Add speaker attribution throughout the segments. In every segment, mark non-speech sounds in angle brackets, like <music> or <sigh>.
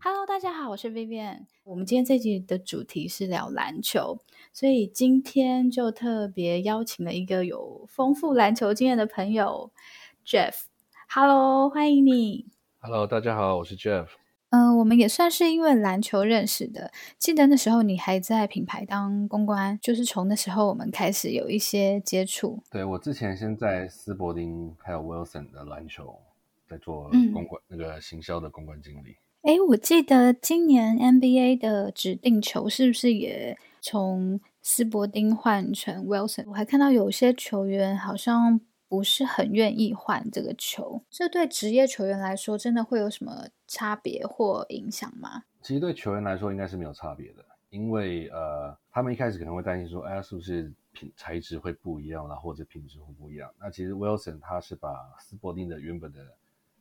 Speaker 1: Hello，大家好，我是 Vivian。我们今天这集的主题是聊篮球，所以今天就特别邀请了一个有丰富篮球经验的朋友 Jeff。Hello，欢迎你。
Speaker 2: Hello，大家好，我是 Jeff。
Speaker 1: 嗯、我们也算是因为篮球认识的。记得那时候你还在品牌当公关，就是从那时候我们开始有一些接触。
Speaker 2: 对我之前先在斯伯丁还有 Wilson 的篮球在做
Speaker 1: 嗯
Speaker 2: 公关、那个行销的公关经理。
Speaker 1: 诶，我记得今年 NBA 的指定球是不是也从斯伯丁换成 Wilson？我还看到有些球员好像不是很愿意换这个球，这对职业球员来说真的会有什么差别或影响吗？
Speaker 2: 其实对球员来说应该是没有差别的，因为呃，他们一开始可能会担心说，哎，是不是品材质会不一样啦，或者品质会不一样？那其实 Wilson 他是把斯伯丁的原本的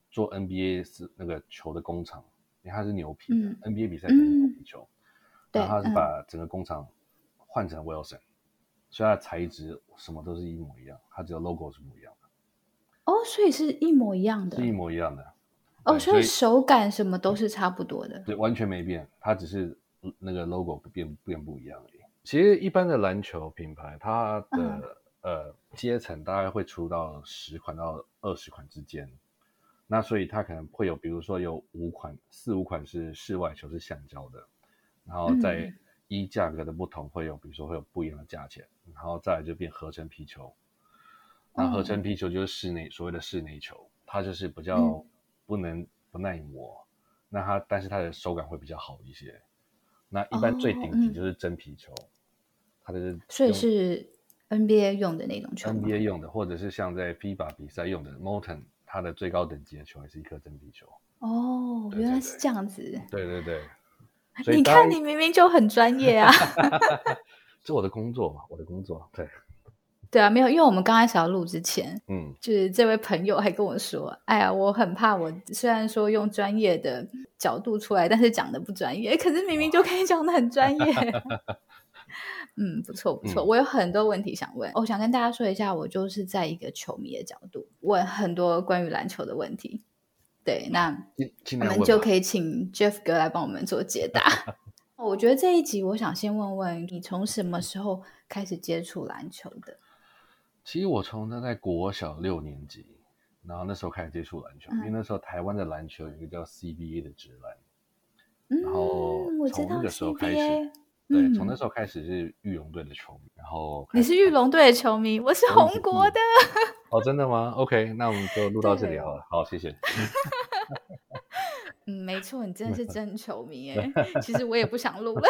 Speaker 2: 做 NBA 是那个球的工厂，因为它是牛皮的、
Speaker 1: 嗯
Speaker 2: n b a 比赛可是牛皮球，
Speaker 1: 对
Speaker 2: 然后他
Speaker 1: 嗯
Speaker 2: 是把整个工厂换成 Wilson，、所以它的材质什么都是一模一样，它只有 logo 是不一样
Speaker 1: 哦，所以是一模一样
Speaker 2: 的，
Speaker 1: 的
Speaker 2: 是一模一样的。
Speaker 1: 哦，
Speaker 2: 对
Speaker 1: 所以手感什么都是差不多的。
Speaker 2: 对，完全没变，它只是那个 logo 变变不一样而已。其实一般的篮球品牌，它的、
Speaker 1: 嗯
Speaker 2: 呃阶层大概会出到十款到二十款之间，那所以它可能会有，比如说有五款、四五款是室外球是橡胶的，然后再
Speaker 1: 嗯
Speaker 2: 依价格的不同会有，比如说会有不一样的价钱，然后再来就变合成皮球，那合
Speaker 1: 哦
Speaker 2: 成皮球就是室内、所谓的室内球，它就是比较
Speaker 1: 嗯
Speaker 2: 不能不耐磨，那它但是它的手感会比较好一些。那一般最
Speaker 1: 哦
Speaker 2: 顶
Speaker 1: 嗯
Speaker 2: 级就是真皮球，它就是
Speaker 1: 所以
Speaker 2: 用
Speaker 1: 是 NBA 用的那种球吗
Speaker 2: NBA 用的，或者是像在 FIBA 比赛用的 Molten，它的最高等级的球也是一颗真皮球。
Speaker 1: 哦，
Speaker 2: 对
Speaker 1: 原
Speaker 2: 对
Speaker 1: 来是
Speaker 2: 对
Speaker 1: 这样子。
Speaker 2: 对对对，所以
Speaker 1: 你
Speaker 2: 当
Speaker 1: 看，你明明就很专业
Speaker 2: <laughs>
Speaker 1: 啊。
Speaker 2: 这我的工作嘛，我的工作。对，
Speaker 1: 对啊，没有，因为我们刚开始要录之前，
Speaker 2: 嗯，
Speaker 1: 就是这位朋友还跟我说：“哎呀，我很怕我虽然说用专业的角度出来，但是讲的不专业，可是明明就可以讲的很专
Speaker 2: <laughs>
Speaker 1: 业。”嗯，不错不错，
Speaker 2: 嗯
Speaker 1: 我有很多问题想问。哦我想跟大家说一下，我就是在一个球迷的角度问很多关于篮球的问题。对，那
Speaker 2: 尽尽
Speaker 1: 我
Speaker 2: 量
Speaker 1: 们
Speaker 2: 问
Speaker 1: 就
Speaker 2: 吧
Speaker 1: 可以请 Jeff 哥来帮我们做解
Speaker 2: <laughs>
Speaker 1: 答。哦我觉得这一集，我想先问问你，从什么时候开始接触篮球的？
Speaker 2: 其实我从他在国小六年级，然后那时候开始接触篮球，因为
Speaker 1: 嗯
Speaker 2: 那时候台湾的篮球有一个叫 CBA 的职篮，
Speaker 1: 嗯，
Speaker 2: 然后
Speaker 1: 我知
Speaker 2: 从
Speaker 1: 道
Speaker 2: 那个时候开始
Speaker 1: CBA，
Speaker 2: 对，
Speaker 1: 嗯
Speaker 2: 从那时候开始是玉龙队的球迷，然后开
Speaker 1: 你
Speaker 2: 始
Speaker 1: 是玉龙队的球迷，
Speaker 2: <laughs>
Speaker 1: 我是
Speaker 2: 我
Speaker 1: 红
Speaker 2: 也是
Speaker 1: 国的。
Speaker 2: 哦，真的吗？OK，那我们就录到这里好了，好，谢谢。 <laughs>
Speaker 1: 嗯，没错，你真的是真球
Speaker 2: <laughs>
Speaker 1: 迷耶。其实我也不想录 <laughs> 了。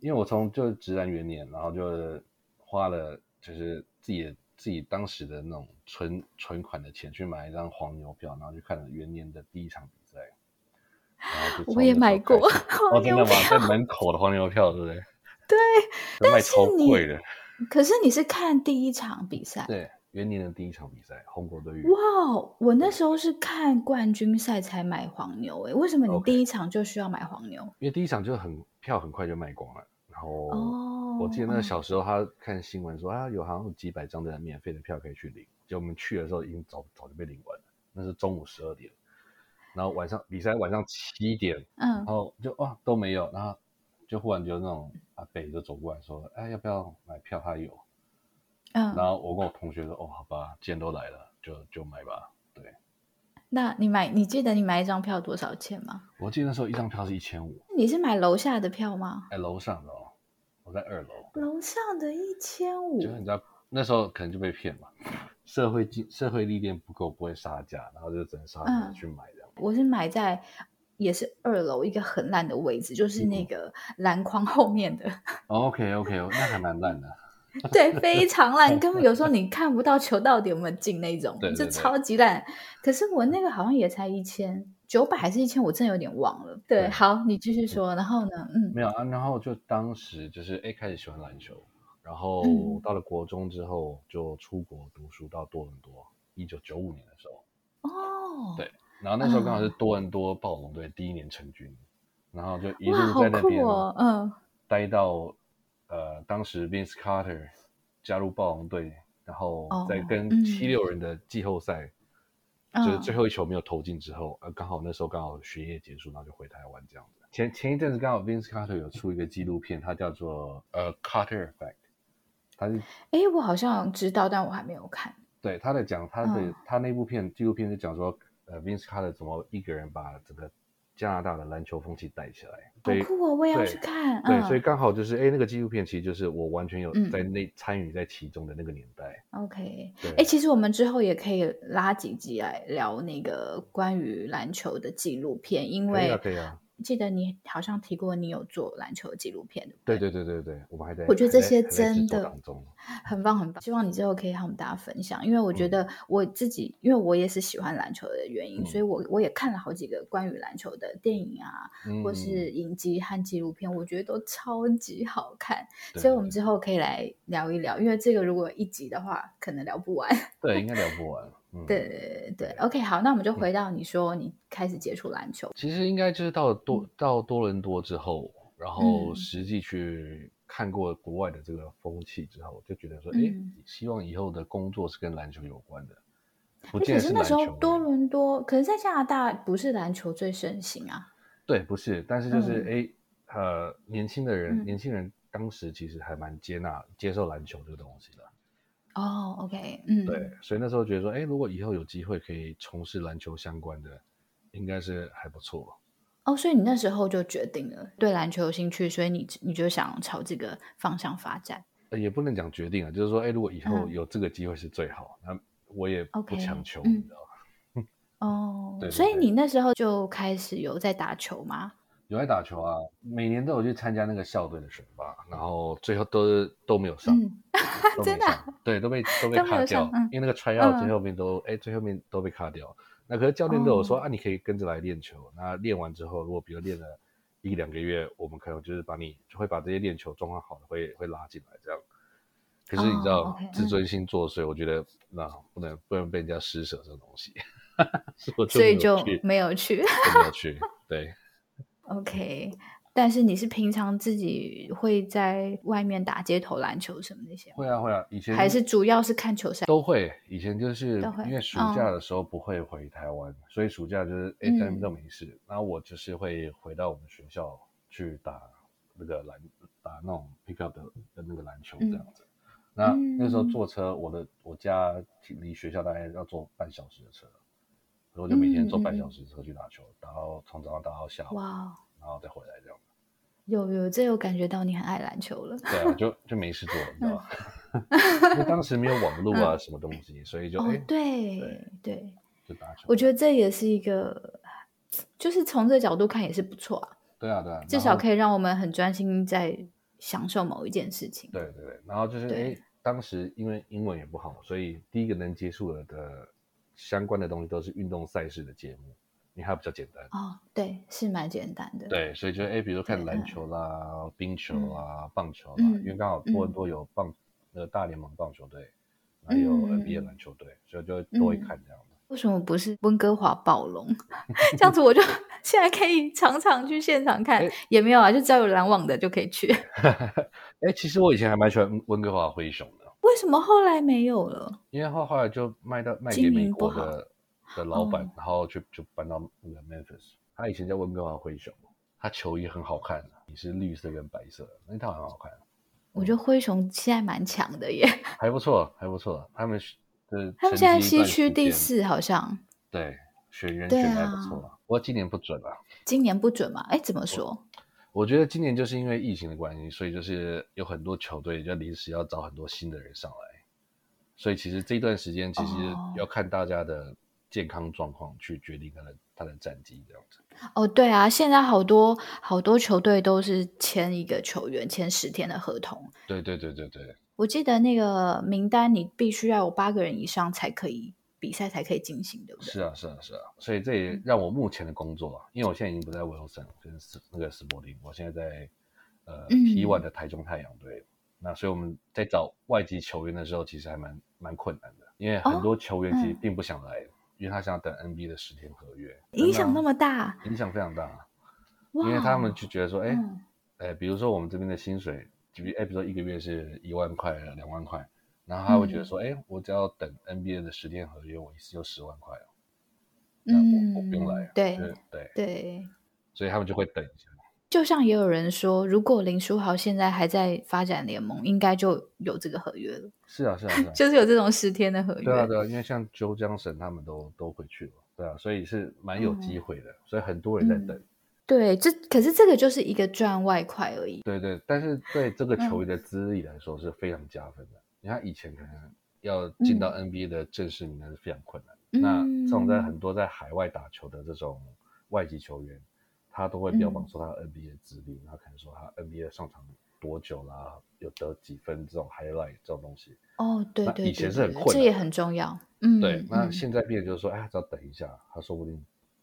Speaker 2: 因为我从就是职篮元年，然后就花了就是自己的自己当时的那种存存款的钱去买一张黄牛票，然后去看了元年的第一场比赛。然后就从
Speaker 1: 我也
Speaker 2: 那时候
Speaker 1: 买过 <laughs>
Speaker 2: 开始
Speaker 1: 黄
Speaker 2: 哦，真
Speaker 1: 牛
Speaker 2: 的吗？
Speaker 1: 票，
Speaker 2: 在门口的黄牛票，对不对？
Speaker 1: <laughs> 对。
Speaker 2: 就卖
Speaker 1: 是
Speaker 2: 超
Speaker 1: 你
Speaker 2: 贵的。 <laughs>
Speaker 1: 可是你是看第一场比赛，
Speaker 2: 对，元年的第一场比赛，红国对玉。
Speaker 1: 哇哦！我那时候是看冠军赛才买黄牛诶，为什么你
Speaker 2: OK
Speaker 1: 第一场就需要买黄牛？
Speaker 2: 因为第一场就很票很快就卖光了，然后
Speaker 1: 哦
Speaker 2: 我记得那个
Speaker 1: 嗯
Speaker 2: 小时候他看新闻说啊有好像有几百张的免费的票可以去领，结果我们去的时候已经早早就被领完了，那是中午十二点，然后晚上比赛晚上七点，
Speaker 1: 嗯
Speaker 2: 然，后就哇都没有，然后就忽然就那种阿北就走过来说哎要不要买票他有，然
Speaker 1: 嗯，
Speaker 2: 后我跟我同学说哦好吧既然都来了就就买吧，对
Speaker 1: 那你买，你记得你买一张票多少钱吗？
Speaker 2: 我记得那时候一张票是一千五，
Speaker 1: 你是买楼下的票吗？
Speaker 2: 在楼上的哦，我在二楼。
Speaker 1: 楼上的一千五
Speaker 2: 就是你知道那时候可能就被骗嘛，社会经社会历练不够，不会杀价，然后就只能杀价
Speaker 1: 嗯
Speaker 2: 去买这样。
Speaker 1: 我是买在也是二楼一个很烂的位置，就是那
Speaker 2: 嗯
Speaker 1: 个篮筐后面的， <laughs>
Speaker 2: OK OK，那哦还蛮烂的。
Speaker 1: 对，非常烂，根本有时候你看不到球到底有没有进那种，
Speaker 2: 对对
Speaker 1: 就
Speaker 2: 对
Speaker 1: 超级烂。可是我那个好像也才一千九百还是一千，我真的有点忘了。对，
Speaker 2: 对
Speaker 1: 好，你继续说。然后呢，嗯
Speaker 2: 没有啊，然后就当时就是哎开始喜欢篮球，然后
Speaker 1: 嗯
Speaker 2: 到了国中之后就出国读书到多伦多，一九九五年的时候，
Speaker 1: 哦，
Speaker 2: 对然后那时候刚
Speaker 1: 嗯
Speaker 2: 好是多伦多暴龙队第一年成军，然后就一
Speaker 1: 哇
Speaker 2: 路
Speaker 1: 好
Speaker 2: 在那
Speaker 1: 酷
Speaker 2: 边
Speaker 1: 哦嗯
Speaker 2: 待到呃当时 Vince Carter 加入暴龙队，然后
Speaker 1: 哦
Speaker 2: 再跟
Speaker 1: 嗯
Speaker 2: 七六人的季后赛就是最后一球没有投进之后，呃，刚好那时候刚好学业结束，然后就回台湾这样子。前前一阵子刚好 Vince Carter 有出一个纪录片，它叫做呃 Carter Effect，它是
Speaker 1: 哎，我好像知道，但我还没有看。
Speaker 2: 对他在讲他的、
Speaker 1: 嗯
Speaker 2: 他那部片纪录片是讲说，呃，Vince Carter 怎么一个人把整个加拿大的篮球风气带起来，
Speaker 1: 好
Speaker 2: 所以
Speaker 1: 酷哦！我也要
Speaker 2: 对
Speaker 1: 去看。
Speaker 2: 对，
Speaker 1: 嗯
Speaker 2: 所以刚好就是哎，诶那个纪录片其实就是我完全有
Speaker 1: 嗯
Speaker 2: 在那、参与在其中的那个年代。
Speaker 1: OK，
Speaker 2: 对，
Speaker 1: 哎、其实我们之后也可以拉几集来聊那个关于篮球的纪录片，因
Speaker 2: 可以
Speaker 1: 为
Speaker 2: 啊，可以啊，
Speaker 1: 记得你好像提过你有做篮球的纪录片，对不
Speaker 2: 对对对对对，我们还在，
Speaker 1: 我觉得这
Speaker 2: 还在
Speaker 1: 些
Speaker 2: 还在制
Speaker 1: 真
Speaker 2: 作
Speaker 1: 的
Speaker 2: 当中，
Speaker 1: 很棒很棒，希望你之后可以和我们大家分享，因为我觉
Speaker 2: 嗯
Speaker 1: 得我自己，因为我也是喜欢篮球的原因，
Speaker 2: 嗯
Speaker 1: 所以我我也看了好几个关于篮球的电影啊，
Speaker 2: 嗯
Speaker 1: 或是影集和纪录片，我觉得都超级好看，
Speaker 2: 对
Speaker 1: 所以
Speaker 2: 对
Speaker 1: 我们
Speaker 2: 对
Speaker 1: 之后可以来聊一聊，因为这个如果一集的话，可能聊不完。 <laughs>
Speaker 2: 对应该聊不完。嗯，
Speaker 1: 对对对对
Speaker 2: 对
Speaker 1: ，OK，好，那我们
Speaker 2: 嗯
Speaker 1: 就回到你说你开始接触篮球，
Speaker 2: 其实应该就是到了多、到多伦多之后，然后
Speaker 1: 嗯
Speaker 2: 实际去看过国外的这个风气之后，就觉得说，哎、
Speaker 1: 嗯
Speaker 2: 希望以后的工作是跟篮球有关的，不
Speaker 1: 诶
Speaker 2: 见
Speaker 1: 可
Speaker 2: 得
Speaker 1: 是那
Speaker 2: 篮
Speaker 1: 时
Speaker 2: 球而已。
Speaker 1: 候多伦多，可是在加拿大不是篮球最盛行啊。
Speaker 2: 对，不是，但是就是
Speaker 1: 嗯
Speaker 2: 哎、诶呃，年轻的人，
Speaker 1: 嗯
Speaker 2: 年轻人当时其实还蛮接纳接受篮球这个东西的。
Speaker 1: 哦，OK，嗯，
Speaker 2: 对，所以那时候觉得说，哎、如果以后有机会可以从事篮球相关的，应该是还不错。
Speaker 1: 哦，所以你那时候就决定了对篮球有兴趣，所以你你就想朝这个方向发展。
Speaker 2: 呃也不能讲决定啊，就是说，哎、如果以后
Speaker 1: 嗯
Speaker 2: 有这个机会是最好，那、我也不
Speaker 1: OK，
Speaker 2: 强求，
Speaker 1: 嗯
Speaker 2: 你知道吗？
Speaker 1: 哦，
Speaker 2: 对对
Speaker 1: 所以
Speaker 2: 对
Speaker 1: 你那时候就开始有在打球吗？
Speaker 2: 有在打球啊，每年都有去参加那个校队的选拔，然后最后都都没有上，
Speaker 1: 嗯，
Speaker 2: <laughs> 都没
Speaker 1: 真的啊 <laughs>
Speaker 2: 上，对，都被都被
Speaker 1: 都没
Speaker 2: 卡
Speaker 1: 有上，
Speaker 2: 掉
Speaker 1: 嗯
Speaker 2: 因为那个 tryout
Speaker 1: 嗯
Speaker 2: 最后面都哎、最后面都被卡掉。那可是教练都有说、
Speaker 1: 哦
Speaker 2: 啊，你可以跟着来练球。那练完之后，如果比如练了一两个月，我们可能就是把你就会把这些练球状况好的会会拉进来这样。可是你知道、
Speaker 1: 哦，OK，嗯
Speaker 2: 自尊心作祟，我觉得那、不能不能被人家施舍这种东西， <laughs> 所以我
Speaker 1: 所以
Speaker 2: 就
Speaker 1: 就
Speaker 2: 没有去，
Speaker 1: 没有去。
Speaker 2: 就没有去。对， <laughs>
Speaker 1: OK，但 <laughs> 是你是平常自己会在外面打街头篮球什么那些吗，
Speaker 2: 会啊会啊，以前
Speaker 1: 还是主要是看球赛？
Speaker 2: 都会，以前就是
Speaker 1: 都会
Speaker 2: 因为暑假的时候不会回台湾，所以暑假就是哎
Speaker 1: 嗯
Speaker 2: 在那边都没事。然后我就是会回到我们学校去打那个篮，打那种 pickup 的的那个篮球这样子。那
Speaker 1: 嗯
Speaker 2: 那时候坐车，我的我家离学校大概要坐半小时的车，所以我就每天坐
Speaker 1: 嗯嗯
Speaker 2: 半
Speaker 1: 嗯
Speaker 2: 小时的车去打球，打到从早上打到下午，
Speaker 1: 哇，哦
Speaker 2: 然后再回来这样。
Speaker 1: 有有，这有感觉到你很爱篮球了。
Speaker 2: 对啊，就就没事做，你知
Speaker 1: 嗯
Speaker 2: 道吗？ <laughs> 因为当时没有网络啊，什么东西，所以就
Speaker 1: 哦
Speaker 2: 哎、，
Speaker 1: 对对，
Speaker 2: 就打球。
Speaker 1: 我觉得这也是一个，就是从这个角度看也是不错啊，
Speaker 2: 对啊对啊，
Speaker 1: 至
Speaker 2: 然
Speaker 1: 少
Speaker 2: 后
Speaker 1: 可以让我们很专心在享受某一件事情。
Speaker 2: 对对对，然后就是哎、
Speaker 1: 对
Speaker 2: 诶当时因为英文也不好，所以第一个能接触的的相关的东西都是运动赛事的节目，因为它比较简单。
Speaker 1: 哦，对，是蛮简单的。，
Speaker 2: 对，所以就哎、诶比如说看
Speaker 1: 对
Speaker 2: 篮
Speaker 1: 嗯
Speaker 2: 球啦、冰球啦、棒球啦，
Speaker 1: 嗯
Speaker 2: 因为刚好多伦多有棒、那个大联盟棒球队，还有
Speaker 1: 嗯
Speaker 2: NBA 篮球队，所以就都会看这样的。
Speaker 1: 为什么不是温哥华暴龙？ <laughs> 这样子我就 <laughs> 现在可以常常去现场看
Speaker 2: 哎，
Speaker 1: 也没有啊，就只要有篮网的就可以去。 <laughs>
Speaker 2: 哎、其实我以前还蛮喜欢温哥华灰熊的，
Speaker 1: 为什么后来没有了？
Speaker 2: 因为后后来就卖到卖
Speaker 1: 经
Speaker 2: 给美
Speaker 1: 营不
Speaker 2: 国的的老板，
Speaker 1: 哦
Speaker 2: 然后就就搬到那个 Memphis。他以前叫温哥华灰熊，他球衣很好看，啊也是绿色跟白色的，那套很好看，
Speaker 1: 我觉得灰熊现在蛮强的耶，
Speaker 2: 还不错，还不错。他们是就是
Speaker 1: 他们现在
Speaker 2: 成绩一
Speaker 1: 西
Speaker 2: 段
Speaker 1: 区
Speaker 2: 时
Speaker 1: 第
Speaker 2: 间，
Speaker 1: 四，好像
Speaker 2: 对，选人
Speaker 1: 对
Speaker 2: 选的还不
Speaker 1: 啊
Speaker 2: 错，不过今年不准了。
Speaker 1: 今年不准嘛？哎，
Speaker 2: 哦
Speaker 1: 怎么说？
Speaker 2: 我觉得今年就是因为疫情的关系，所以就是有很多球队就临时要找很多新的人上来，所以其实这段时间其实
Speaker 1: 哦
Speaker 2: 要看大家的健康状况去决定他的他的战绩这样子。
Speaker 1: 哦，对啊，现在好多好多球队都是签一个球员签十天的合同。
Speaker 2: 对对对对对
Speaker 1: 我记得那个名单，你必须要有八个人以上才可以比赛，才可以进行，对不嗯对？
Speaker 2: 是啊是啊是啊，所以这也让我目前的工作啊，因为我现在已经不在 Wilson 跟斯那个斯伯林，我现在在呃
Speaker 1: 嗯
Speaker 2: P one 的台中太阳队。那所以我们在找外籍球员的时候，其实还蛮蛮困难的，因为很
Speaker 1: 哦
Speaker 2: 多球员其实
Speaker 1: 嗯
Speaker 2: 并不想来，因为他想等 NBA 的十天合约，
Speaker 1: 影响
Speaker 2: 真的
Speaker 1: 那
Speaker 2: 啊
Speaker 1: 么大，
Speaker 2: 影响非常大，
Speaker 1: 哇！
Speaker 2: 因为他们就觉得说，哎、
Speaker 1: 嗯
Speaker 2: 哎，比如说我们这边的薪水，就比哎，比如说一个月是一万块、啊两
Speaker 1: 嗯
Speaker 2: 万块，然后他会觉得说，哎、我只要等 NBA 的十天合约，我一次就十万块了，那我我不用来啊，
Speaker 1: 嗯对
Speaker 2: 就是对，
Speaker 1: 对，
Speaker 2: 所以他们就会等一下。
Speaker 1: 就像也有人说，如果林书豪现在还在发展联盟，应该就有这个合约了，
Speaker 2: 是啊，是啊，是
Speaker 1: <laughs>
Speaker 2: 啊，
Speaker 1: 就是有这种十天的合约。
Speaker 2: 对啊，对啊，因为像周江神他们都都回去了，对啊，所以是蛮有机会的，所以很多人在等。
Speaker 1: 对这可是这个就是一个赚外快而已。
Speaker 2: 对对，但是对这个球员的资历来说是非常加分的。你看以前可能要进到 NBA 的正式名单是非常困难的，那
Speaker 1: 嗯
Speaker 2: 这种在很多在海外打球的这种外籍球员，他都会标榜说他有 NBA 的资历，然后可能说他 NBA 上场多久啦，有得几分这种 highlight 这种东西。
Speaker 1: 哦，对
Speaker 2: 那
Speaker 1: 对对，
Speaker 2: 以前是很
Speaker 1: 对
Speaker 2: 困
Speaker 1: 这
Speaker 2: 难
Speaker 1: 也
Speaker 2: 的
Speaker 1: 很重要。嗯，
Speaker 2: 对，那
Speaker 1: 嗯
Speaker 2: 现在变成就是说，哎，只要等一下，他说不定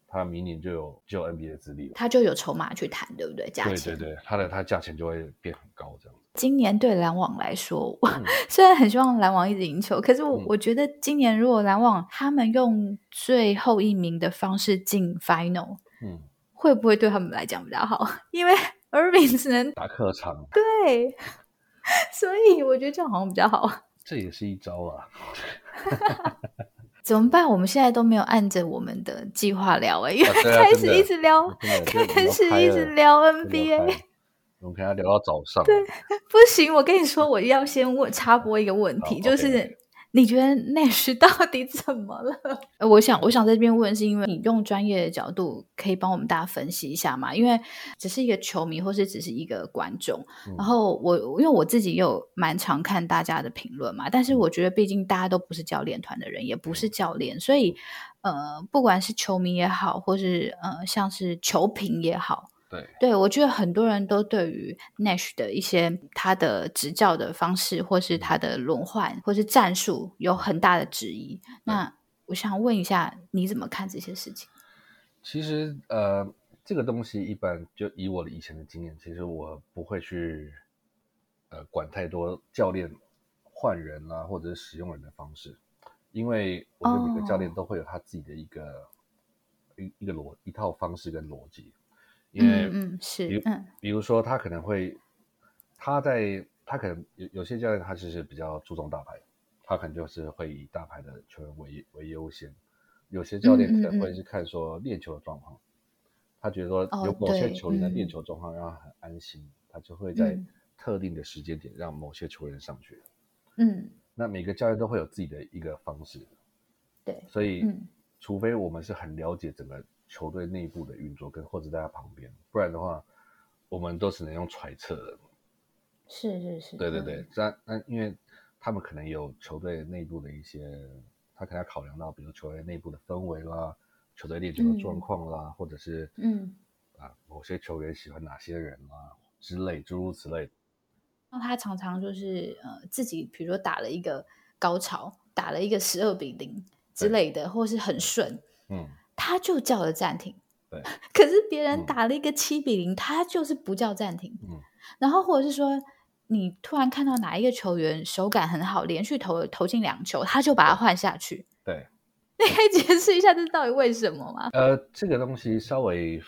Speaker 2: 他明年就有就有 NBA 的资历了。
Speaker 1: 他就有筹码去谈，对不对？价
Speaker 2: 对
Speaker 1: 钱
Speaker 2: 对对，他的他价钱就会变很高这样子。
Speaker 1: 今年对篮网来说，我
Speaker 2: 嗯
Speaker 1: 虽然很希望篮网一直赢球，可是我、
Speaker 2: 嗯
Speaker 1: 我觉得今年如果篮网他们用最后一名的方式进 final，
Speaker 2: 嗯，
Speaker 1: 会不会对他们来讲比较好？ <laughs> 因为 Irving 只能
Speaker 2: 打客场
Speaker 1: 对， <laughs> 所以我觉得这样好像比较好。
Speaker 2: 这也是一招啊。
Speaker 1: 怎么办？我们现在都没有按着我们的计划聊哎、因为
Speaker 2: 啊对啊
Speaker 1: 开
Speaker 2: 真
Speaker 1: 始
Speaker 2: 的
Speaker 1: 一直聊，
Speaker 2: 真的
Speaker 1: 哦 <laughs> 开始
Speaker 2: 就
Speaker 1: 一
Speaker 2: 聊开
Speaker 1: 直聊
Speaker 2: 了真的聊开
Speaker 1: NBA，
Speaker 2: 了我们可能要聊到早上。对，
Speaker 1: 不行，我跟你说，我要先问插播一个问题，
Speaker 2: 好
Speaker 1: 就
Speaker 2: OK，OK
Speaker 1: 是你觉得内需到底怎么了？ <laughs> 呃我想，我想在这边问，是因为你用专业的角度可以帮我们大家分析一下嘛？因为只是一个球迷，或是只是一个观众，
Speaker 2: 嗯
Speaker 1: 然后我因为我自己也有蛮常看大家的评论嘛，但是我觉得毕竟大家都不是教练团的人，也不是教练，所以呃，不管是球迷也好，或是呃像是球评也好，
Speaker 2: 对，
Speaker 1: 对我觉得很多人都对于 Nash 的一些他的执教的方式，或是他的轮换，或是战术有很大的质疑。那我想问一下，你怎么看这些事情？
Speaker 2: 其实呃，这个东西一般就以我的以前的经验，其实我不会去呃管太多教练换人啦、或者是使用人的方式，因为我觉得每个教练
Speaker 1: 哦
Speaker 2: 都会有他自己的一个、一一个逻一套方式跟逻辑，因为
Speaker 1: 嗯嗯
Speaker 2: 比
Speaker 1: 是嗯
Speaker 2: 比如说他可能会他在他可能有有些教练他就是比较注重大牌，他可能就是会以大牌的球员为为优先。有些教练
Speaker 1: 嗯嗯
Speaker 2: 可能会
Speaker 1: 嗯
Speaker 2: 是看说练球的状况，他觉得说
Speaker 1: 哦
Speaker 2: 有某些
Speaker 1: 对
Speaker 2: 球员的练
Speaker 1: 嗯
Speaker 2: 球状况让他很安心，他就会在
Speaker 1: 嗯
Speaker 2: 特定的时间点让某些球员上去。
Speaker 1: 嗯
Speaker 2: 那每个教练都会有自己的一个方式，
Speaker 1: 对
Speaker 2: 所以
Speaker 1: 嗯
Speaker 2: 除非我们是很了解整个球队内部的运作跟或者在他旁边，不然的话，我们都只能用揣测的。
Speaker 1: 是是是嗯
Speaker 2: 对对对，那那因为他们可能有球队内部的一些，他可能要考量到，比如球队内部的氛围啦，球队练球的状
Speaker 1: 嗯
Speaker 2: 况啦，或者是
Speaker 1: 嗯
Speaker 2: 啊某些球员喜欢哪些人啦之类，诸如此类的。
Speaker 1: 那他常常就是呃自己，比如说打了一个高潮，打了一个十二比零之
Speaker 2: 对
Speaker 1: 类的，或是很顺，
Speaker 2: 嗯，
Speaker 1: 他就叫了暂停。
Speaker 2: 对，
Speaker 1: <laughs> 可是别人
Speaker 2: 嗯
Speaker 1: 打了一个七比零，他就是不叫暂停。
Speaker 2: 嗯，
Speaker 1: 然后或者是说，你突然看到哪一个球员手感很好，连续投投进两球，他就把他换下去。
Speaker 2: 对。
Speaker 1: <laughs> 你可以解释一下这到底为什么吗？
Speaker 2: 呃，这个东西稍微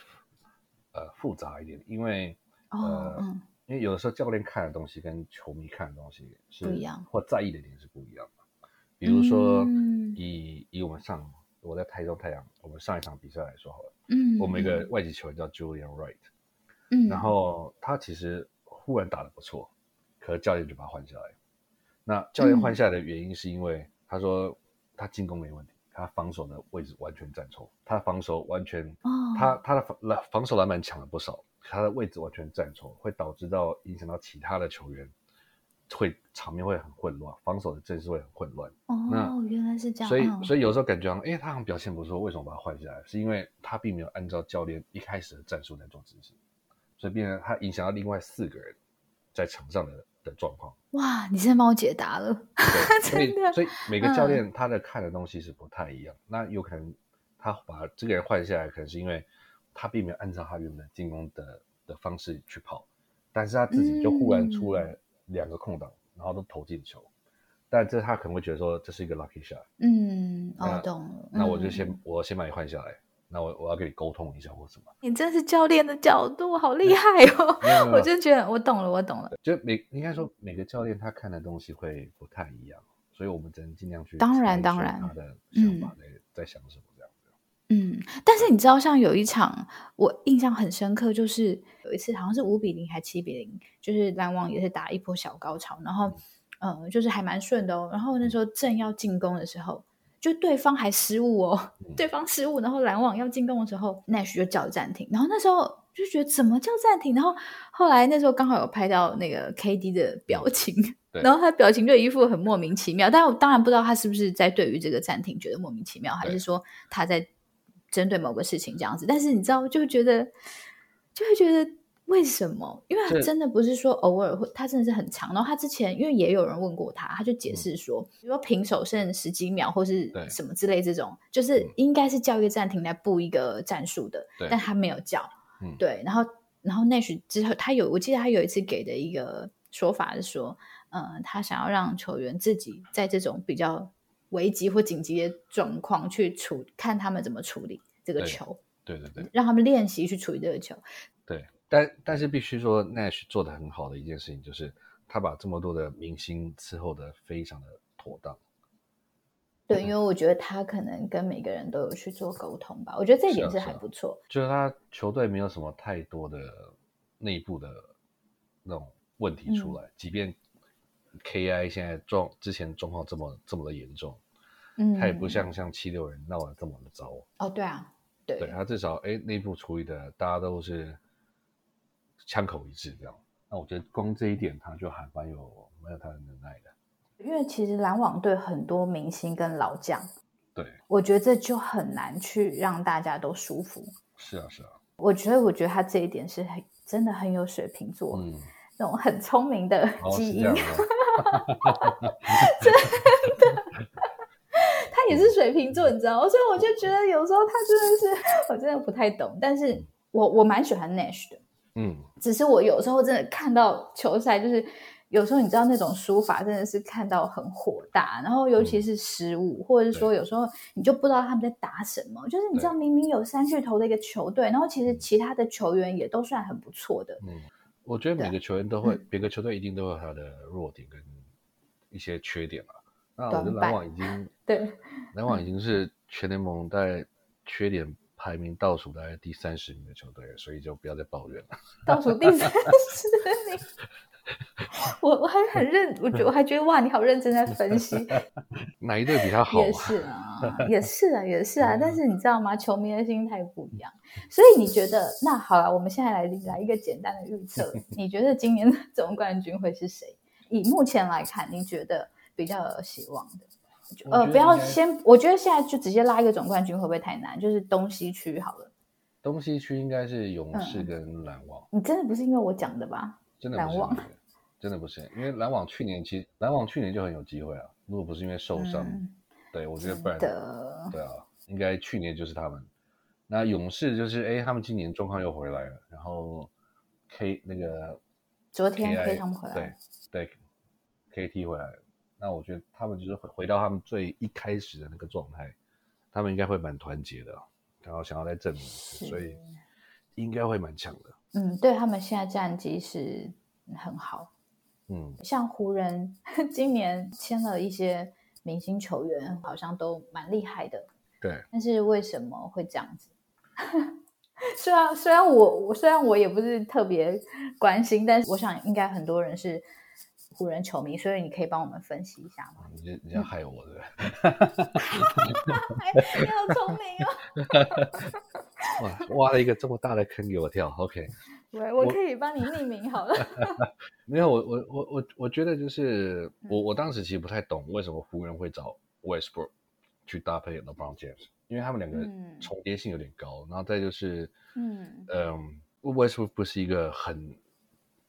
Speaker 2: 呃复杂一点，因为
Speaker 1: 哦
Speaker 2: 呃，
Speaker 1: 嗯，
Speaker 2: 因为有的时候教练看的东西跟球迷看的东西是
Speaker 1: 不一样，
Speaker 2: 或在意的点是不一样的。比如说，
Speaker 1: 嗯
Speaker 2: 以以我们上我在台中太阳，我们上一场比赛来说好了，
Speaker 1: 嗯，
Speaker 2: 我们有一个外籍球员叫 Julian Wright，、
Speaker 1: 嗯，嗯
Speaker 2: 然后他其实忽然打得不错，可是教练就把他换下来。那教练换
Speaker 1: 嗯
Speaker 2: 下来的原因是因为他说他进攻没问题，他防守的位置完全站错，他防守完全，
Speaker 1: 哦
Speaker 2: 他他的防篮防守篮板抢了不少，他的位置完全站错，会导致到影响到其他的球员，会场面会很混乱，防守的阵势会很混乱。那
Speaker 1: 哦，原来是这样，
Speaker 2: 所以，所
Speaker 1: 以
Speaker 2: 以有时候感觉好像，哎，他好像表现不错，为什么把他换下来？是因为他并没有按照教练一开始的战术来做执行，所以变成他影响到另外四个人在场上的的状况。
Speaker 1: 哇，你现在帮我解答了， <laughs>
Speaker 2: 对，所以
Speaker 1: 真的
Speaker 2: 所以每个教
Speaker 1: 嗯
Speaker 2: 练他的看的东西是不太一样。那有可能他把这个人换下来，可能是因为他并没有按照他原本进攻的的方式去跑，但是他自己就忽然
Speaker 1: 嗯
Speaker 2: 出来两个空档，然后都投进球。但这他可能会觉得说这是一个 lucky shot，
Speaker 1: 嗯，
Speaker 2: 那
Speaker 1: 哦，懂了，
Speaker 2: 那我就
Speaker 1: 嗯
Speaker 2: 先、我先把你换下来，那我我要跟你沟通一下或什么。
Speaker 1: 你真是教练的角度，好
Speaker 2: <laughs>
Speaker 1: 厉害哦！
Speaker 2: 没有没有
Speaker 1: 我真觉得我懂了，我懂了。
Speaker 2: 就每应该说每个教练他看的东西会不太一样，所以我们只能尽量去
Speaker 1: 当然
Speaker 2: 猜
Speaker 1: 当
Speaker 2: 出
Speaker 1: 然
Speaker 2: 他的想
Speaker 1: 嗯
Speaker 2: 法在、在想什么这样子。
Speaker 1: 嗯，但是你知道，像有一场我印象很深刻，就是有一次好像是五比零还七比零，就是篮网也是打一波小高潮，然后呃，就是还蛮顺的哦。然后那时候正要进攻的时候，就对方还失误哦，对方失误，然后篮网要进攻的时候，Nash 就叫暂停，然后那时候就觉得怎么叫暂停，然后后来那时候刚好有拍到那个 KD 的表情，
Speaker 2: 嗯对
Speaker 1: 然后他表情就一副很莫名其妙，但我当然不知道他是不是在对于这个暂停觉得莫名其妙，还
Speaker 2: 对
Speaker 1: 是说他在针对某个事情这样子。但是你知道，就会觉得就会觉得为什么？因为他
Speaker 2: 这
Speaker 1: 真的不是说偶尔会，他真的是很长。然后他之前因为也有人问过他，他就解释说，比如说平手剩十几秒或是
Speaker 2: 嗯对
Speaker 1: 什么之类这种，就是
Speaker 2: 嗯
Speaker 1: 应该是叫一个暂停来布一个战术的
Speaker 2: 对，
Speaker 1: 但他没有叫。
Speaker 2: 嗯
Speaker 1: 对，然后然后 Nash 之后，他有我记得他有一次给的一个说法是说，呃，他想要让球员自己在这种比较危急或紧急的状况去处，看他们怎么处理这个
Speaker 2: 对
Speaker 1: 球，
Speaker 2: 对对对
Speaker 1: 让他们练习去处理这个球。
Speaker 2: 对，但但是必须说，Nash 做的很好的一件事情就是，他把这么多的明星伺候的非常的妥当。
Speaker 1: 对，因为我觉得他可能跟每个人都有去做沟通吧，我觉得这一
Speaker 2: 是
Speaker 1: 点
Speaker 2: 啊
Speaker 1: 是
Speaker 2: 是
Speaker 1: 还
Speaker 2: 啊
Speaker 1: 不错。
Speaker 2: 就是他球队没有什么太多的内部的那种问题出
Speaker 1: 嗯
Speaker 2: 来，即便 KI 现在状之前状况这么这么的严重，
Speaker 1: 嗯，
Speaker 2: 他也不像像七六人闹得这么的糟，
Speaker 1: 哦，对啊，对，
Speaker 2: 对他至少哎内部处理的大家都是枪口一致这样。那我觉得光这一点他就还蛮有蛮有他的能耐的，
Speaker 1: 因为其实篮网队很多明星跟老将，
Speaker 2: 对，
Speaker 1: 我觉得这就很难去让大家都舒服。
Speaker 2: 是啊是啊，
Speaker 1: 我觉得，我觉得他这一点是很真的很有水瓶座、
Speaker 2: 嗯，
Speaker 1: 那种很聪明的
Speaker 2: 然后
Speaker 1: 基
Speaker 2: 是这
Speaker 1: 因，
Speaker 2: 样的，
Speaker 1: 他也
Speaker 2: 嗯
Speaker 1: 是水瓶座，你知道吗，所以我就觉得有时候他真的是我真的不太懂，但是我我蛮喜欢 Nash 的，
Speaker 2: 嗯，
Speaker 1: 只是我有时候真的看到球赛，就是有时候你知道那种输法真的是看到很火大，然后尤
Speaker 2: 嗯
Speaker 1: 其是失误，或者是说有时候你就不知道他们在打什么，就是你知道明明有三巨头的一个球队，然后其实其他的球员也都算很不错的，
Speaker 2: 嗯，我觉得每
Speaker 1: 啊
Speaker 2: 个球员都会，
Speaker 1: 嗯
Speaker 2: 每个球队一定都有他的弱点跟一些缺点嘛。那我觉得
Speaker 1: 短
Speaker 2: 篮
Speaker 1: 板
Speaker 2: 网已经，
Speaker 1: 对，
Speaker 2: 篮网已经是全联盟在缺点排名倒数大概第三十名的球队了，所以就不要再抱怨了。
Speaker 1: <laughs> 倒数第三十名。我我还很认，我觉我还觉得哇，你好认真在分
Speaker 2: <laughs>
Speaker 1: 析，
Speaker 2: 哪一队比他好嗯
Speaker 1: 也
Speaker 2: 啊？
Speaker 1: 是
Speaker 2: <laughs>
Speaker 1: 啊，也是啊，也是啊。但是你知道吗？球迷的心态不一样，所以你觉得那好了，我们现在来来一个简单的预
Speaker 2: <laughs>
Speaker 1: 测，你觉得今年的总冠军会是谁？以目前来看，你觉得比较有希望的？
Speaker 2: 我
Speaker 1: 呃，
Speaker 2: 觉得
Speaker 1: 不要
Speaker 2: 应该
Speaker 1: 先，我觉得现在就直接拉一个总冠军会不会太难？就是东西区好了。
Speaker 2: 东西区应该是勇士
Speaker 1: 嗯
Speaker 2: 跟篮网，
Speaker 1: 你真的不是因为我讲的吧？
Speaker 2: 真的不
Speaker 1: 篮
Speaker 2: 是
Speaker 1: 网
Speaker 2: 别的，真的不是，因为篮网去年其实篮网去年就很有机会啊，如果不是因为受伤，
Speaker 1: 嗯
Speaker 2: 对我觉得
Speaker 1: 真
Speaker 2: 不然
Speaker 1: 的。
Speaker 2: 对啊，应该去年就是他们。那勇士就是哎，他们今年状况又回来了，然后 K 那个
Speaker 1: 昨
Speaker 2: K
Speaker 1: 天
Speaker 2: I
Speaker 1: 非常回来，
Speaker 2: 对对 K T 回来了。那我觉得他们就是回回到他们最一开始的那个状态，他们应该会蛮团结的，然后想要再证明一
Speaker 1: 是
Speaker 2: 次，所以应该会蛮强的。
Speaker 1: 嗯，对他们现在战绩是很好， <laughs>
Speaker 2: 嗯，
Speaker 1: 像湖人今年签了一些明星球员，好像都蛮厉害的，
Speaker 2: 对，
Speaker 1: 但是为什么会这样子？ <laughs> 虽然虽然我我虽然我也不是特别关心，但是我想应该很多人是湖人球迷，所以你可以帮我们分析一下吗？ <laughs>
Speaker 2: 你这你要害我对不对？
Speaker 1: 哎，你好聪明哦！
Speaker 2: 哇，挖了一个这么大的坑给我跳，OK。
Speaker 1: <laughs> 喂，我可以帮你匿名好了。
Speaker 2: 没有，我我我我我觉得就是
Speaker 1: 嗯
Speaker 2: 我我当时其实不太懂为什么湖人会找 Westbrook 去搭配 LeBron James，因为他们两
Speaker 1: 嗯
Speaker 2: 个重叠性有点高，然后再就是
Speaker 1: <laughs> 嗯
Speaker 2: 嗯，Westbrook 不是一个很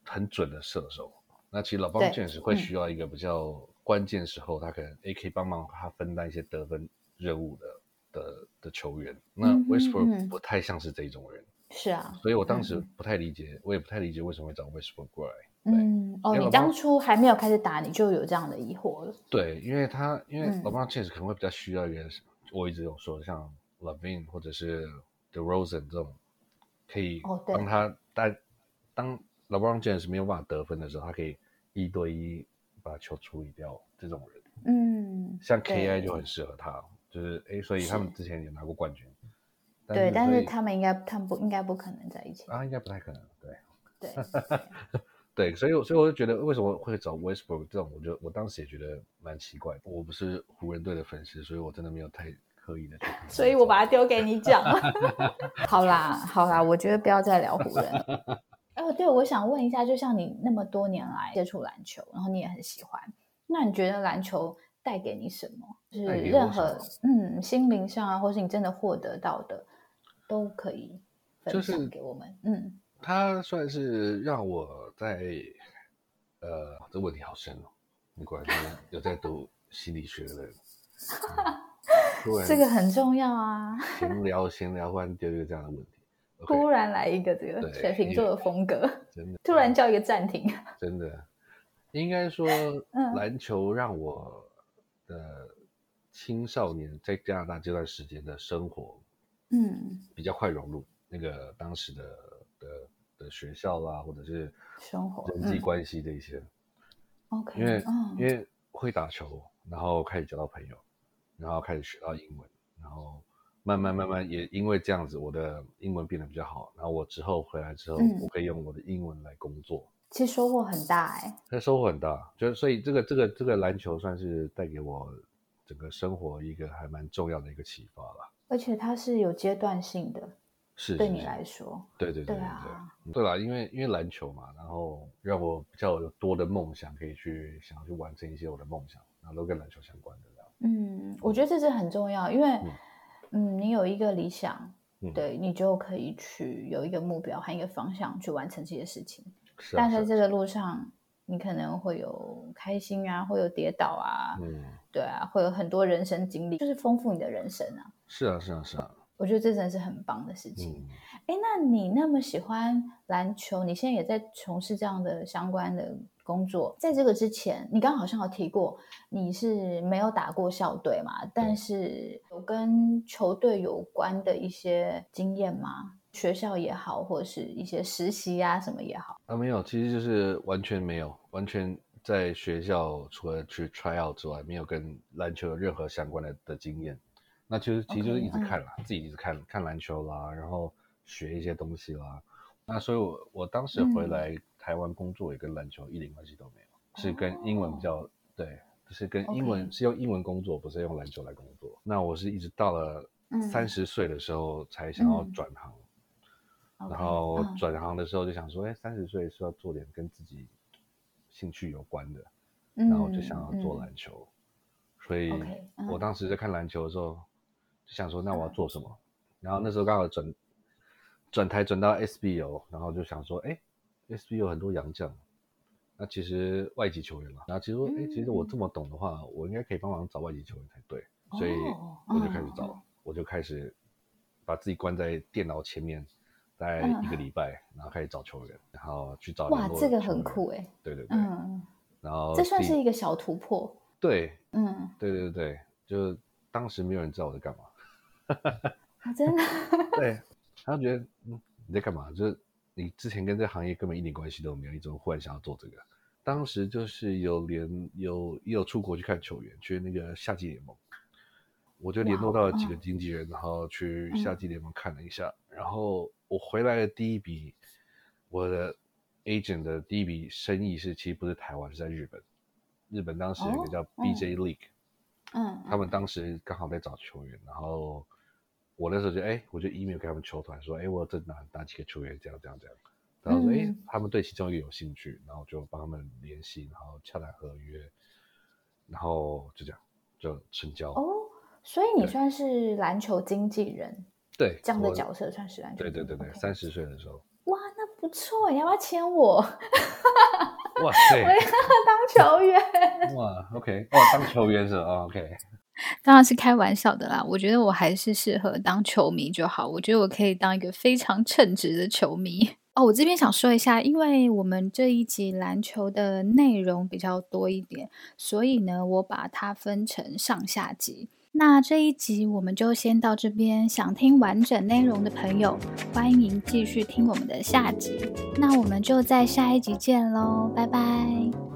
Speaker 2: 很准的射手，那其实 LeBron
Speaker 1: 对
Speaker 2: James 会
Speaker 1: 嗯
Speaker 2: 需要一个比较关键时候，他可能 A K 帮忙他分担一些得分任务的的的球员，那
Speaker 1: 嗯哼嗯
Speaker 2: Westbrook 不太像是这种人，
Speaker 1: 是啊，
Speaker 2: 所以我当时
Speaker 1: 嗯
Speaker 2: 不太理解，我也不太理解为什么会找 Westbrook 过来。对
Speaker 1: 嗯，哦，
Speaker 2: 因为
Speaker 1: 你
Speaker 2: 老
Speaker 1: 当
Speaker 2: 帮
Speaker 1: 初还没有开始打，你就有这样的疑惑了。
Speaker 2: 对，因为他因为
Speaker 1: 嗯
Speaker 2: LeBron James 可能会比较需要一个，我一直有说像 Levine 或者是 DeRozan 这种可以
Speaker 1: 哦对
Speaker 2: 帮他带，当 LeBron James 没有办法得分的时候，他可以一对一把球处理掉这种人，
Speaker 1: 嗯，
Speaker 2: 像
Speaker 1: 对
Speaker 2: KI 就很适合他，就是诶，所以他们之前也拿过冠军，是
Speaker 1: 对，但
Speaker 2: 所
Speaker 1: 是
Speaker 2: 以
Speaker 1: 他们应该他们不应该不可能在一起。
Speaker 2: 啊，应该不太可能，对。 <laughs>
Speaker 1: 对，
Speaker 2: 对，所以我所以我就觉得为什么会找 Westbrook 这种，我就我当时也觉得蛮奇怪。我不是湖人队的粉丝，所以我真的没有太刻意的去看他们。
Speaker 1: 所以我把它丢给你讲。 <laughs> 好啦，好啦，我觉得不要再聊湖人了。
Speaker 2: <laughs>
Speaker 1: 哦，对，我想问一下，就像你那么多年来接触篮球，然后你也很喜欢，那你觉得篮球带给你什么？就是
Speaker 2: 带给我
Speaker 1: 任
Speaker 2: 什
Speaker 1: 何
Speaker 2: 么
Speaker 1: 嗯心灵上啊，或是你真的获得到的，都可以
Speaker 2: 就
Speaker 1: 分
Speaker 2: 是
Speaker 1: 享给我们。嗯，
Speaker 2: 他算是让我在呃，这问题好深哦。你果然是有在读心理学的人，
Speaker 1: <laughs>
Speaker 2: 嗯、
Speaker 1: 这个很重要啊。 <laughs>
Speaker 2: 突然闲聊闲聊，忽然丢一个这样的问题。OK，
Speaker 1: 突然来一个这个
Speaker 2: 对
Speaker 1: 水瓶座的风格，
Speaker 2: 真的
Speaker 1: 突然叫一个暂停。 <laughs>
Speaker 2: 真的，应该说
Speaker 1: 嗯
Speaker 2: 篮球让我的青少年在加拿大这段时间的生活
Speaker 1: 嗯，
Speaker 2: 比较快融入那个当时的的的学校啦，或者是
Speaker 1: 生活
Speaker 2: 人际
Speaker 1: 嗯
Speaker 2: 关系这一些，
Speaker 1: OK，
Speaker 2: 因为、
Speaker 1: 嗯
Speaker 2: 因为会打球，然后开始交到朋友，然后开始学到英文，然后慢慢慢慢也因为这样子，我的英文变得比较好，然后我之后回来之后，
Speaker 1: 嗯
Speaker 2: 我可以用我的英文来工作。
Speaker 1: 其实收获很大哎、
Speaker 2: 那收获很大，就是所以这个这个这个篮球算是带给我整个生活一个还蛮重要的一个启发啦。
Speaker 1: 而且它是有阶段性的，
Speaker 2: 是
Speaker 1: 对
Speaker 2: 是
Speaker 1: 你
Speaker 2: 是
Speaker 1: 来说，
Speaker 2: 对对对
Speaker 1: 对
Speaker 2: 对
Speaker 1: 啊，
Speaker 2: 对，对啦，因为因为篮球嘛，然后让我比较有多的梦想可以去想要去完成一些我的梦想，然后都跟篮球相关的这样。
Speaker 1: 嗯，我觉得这是很重要，因为
Speaker 2: 嗯
Speaker 1: 嗯你有一个理想，
Speaker 2: 嗯，，
Speaker 1: 对你就可以去有一个目标和一个方向去完成这些事情，
Speaker 2: 是啊、
Speaker 1: 但
Speaker 2: 是啊
Speaker 1: 在这个路上。你可能会有开心啊，会有跌倒啊，
Speaker 2: 嗯，
Speaker 1: 对啊，会有很多人生经历，就是丰富你的人生啊。
Speaker 2: 是啊是啊是啊，
Speaker 1: 我觉得这真的是很棒的事情。
Speaker 2: 嗯，
Speaker 1: 哎，那你那么喜欢篮球，你现在也在从事这样的相关的工作。在这个之前，你刚刚好像有提过，你是没有打过校队嘛？但是有跟球队有关的一些经验吗？学校也好，或是一些实习啊什么也好。
Speaker 2: 啊没有，其实就是完全没有，完全在学校除了去 try out 之外，没有跟篮球有任何相关的的经验。那其实其实就是
Speaker 1: OK，嗯
Speaker 2: 一直看啦自己一直看看篮球啦，然后学一些东西啦。那所以我，我当时回
Speaker 1: 嗯
Speaker 2: 来台湾工作也跟篮球一点关系都没有，是跟英文比较、对，就是跟英文
Speaker 1: 哦 OK
Speaker 2: 是用英文工作，不是用篮球来工作。那我是一直到了
Speaker 1: 嗯
Speaker 2: 三十岁的时候才想要
Speaker 1: 嗯
Speaker 2: 转行。
Speaker 1: OK，
Speaker 2: 然后
Speaker 1: 嗯
Speaker 2: 转行的时候就想说，哎、三十岁是要做点跟自己兴趣有关的，然后就想要做
Speaker 1: 嗯
Speaker 2: 篮球，所以
Speaker 1: OK，嗯
Speaker 2: 我当时在看篮球的时候，就想说，那我要做什么？然后那时候刚好转转台转到 SBO，然后就想说，哎、s b o 很多洋将，那其实外籍球员嘛，然后其实说，哎、其
Speaker 1: 嗯
Speaker 2: 实我这么懂的话，我应该可以帮忙找外籍球员才对，所以
Speaker 1: 哦
Speaker 2: 我就开始
Speaker 1: 嗯
Speaker 2: 找，
Speaker 1: 嗯
Speaker 2: 我就开始把自己关在电脑前面，大概一个礼拜，然后开始找球员，然后去找
Speaker 1: 嗯哇
Speaker 2: 联，络
Speaker 1: 这个
Speaker 2: 球
Speaker 1: 很
Speaker 2: 员
Speaker 1: 酷，哎，
Speaker 2: 对对对，
Speaker 1: 嗯，
Speaker 2: 然后
Speaker 1: 这算
Speaker 2: 自己
Speaker 1: 是一个小突破，
Speaker 2: 对
Speaker 1: 嗯，
Speaker 2: 对对对，就当时没有人知道我在干嘛，
Speaker 1: 啊真的，
Speaker 2: 对，他就觉得嗯你在干嘛？就是你之前跟这行业根本一点关系都没有，你怎么忽然想要做这个？当时就是有联有也有出国去看球员，去那个夏季联盟，我就联络到了几个经纪人，然后去夏季联盟看了一下，然后我回来的第一笔，我的 agent 的第一笔生意是其实不是台湾，是在日本，日本当时有一个
Speaker 1: 哦
Speaker 2: 叫 BJ League，、
Speaker 1: 嗯，
Speaker 2: 他们当时刚好在找球员，然后我那时候就哎、我就 email 给他们球团说，哎、我这哪哪几个球员这样这样这样，然后说哎、
Speaker 1: 嗯
Speaker 2: 他们对其中一个有兴趣，然后就帮他们联系，然后洽谈合约，然后就这样就成交。
Speaker 1: 哦，所以你
Speaker 2: 对
Speaker 1: 算是篮球经纪人
Speaker 2: 对，
Speaker 1: 这样的
Speaker 2: 我
Speaker 1: 角色，算是篮球
Speaker 2: 对
Speaker 1: 经纪人。
Speaker 2: 对对对，
Speaker 1: OK
Speaker 2: 三十岁的时
Speaker 1: <laughs>
Speaker 2: 候，
Speaker 1: 哇，那不错，你要不要签我 <laughs>
Speaker 2: 哇塞，
Speaker 1: 当球员？
Speaker 2: 哇，OK，哦，当球员是吧、哦、，OK，
Speaker 3: 当然是开玩笑的啦。我觉得我还是适合当球迷就好。我觉得我可以当一个非常称职的球迷。 <laughs> 哦，我这边想说一下，因为我们这一集篮球的内容比较多一点，所以呢，我把它分成上下集。那这一集我们就先到这边。想听完整内容的朋友，欢迎继续听我们的下集。那我们就在下一集见喽，拜拜。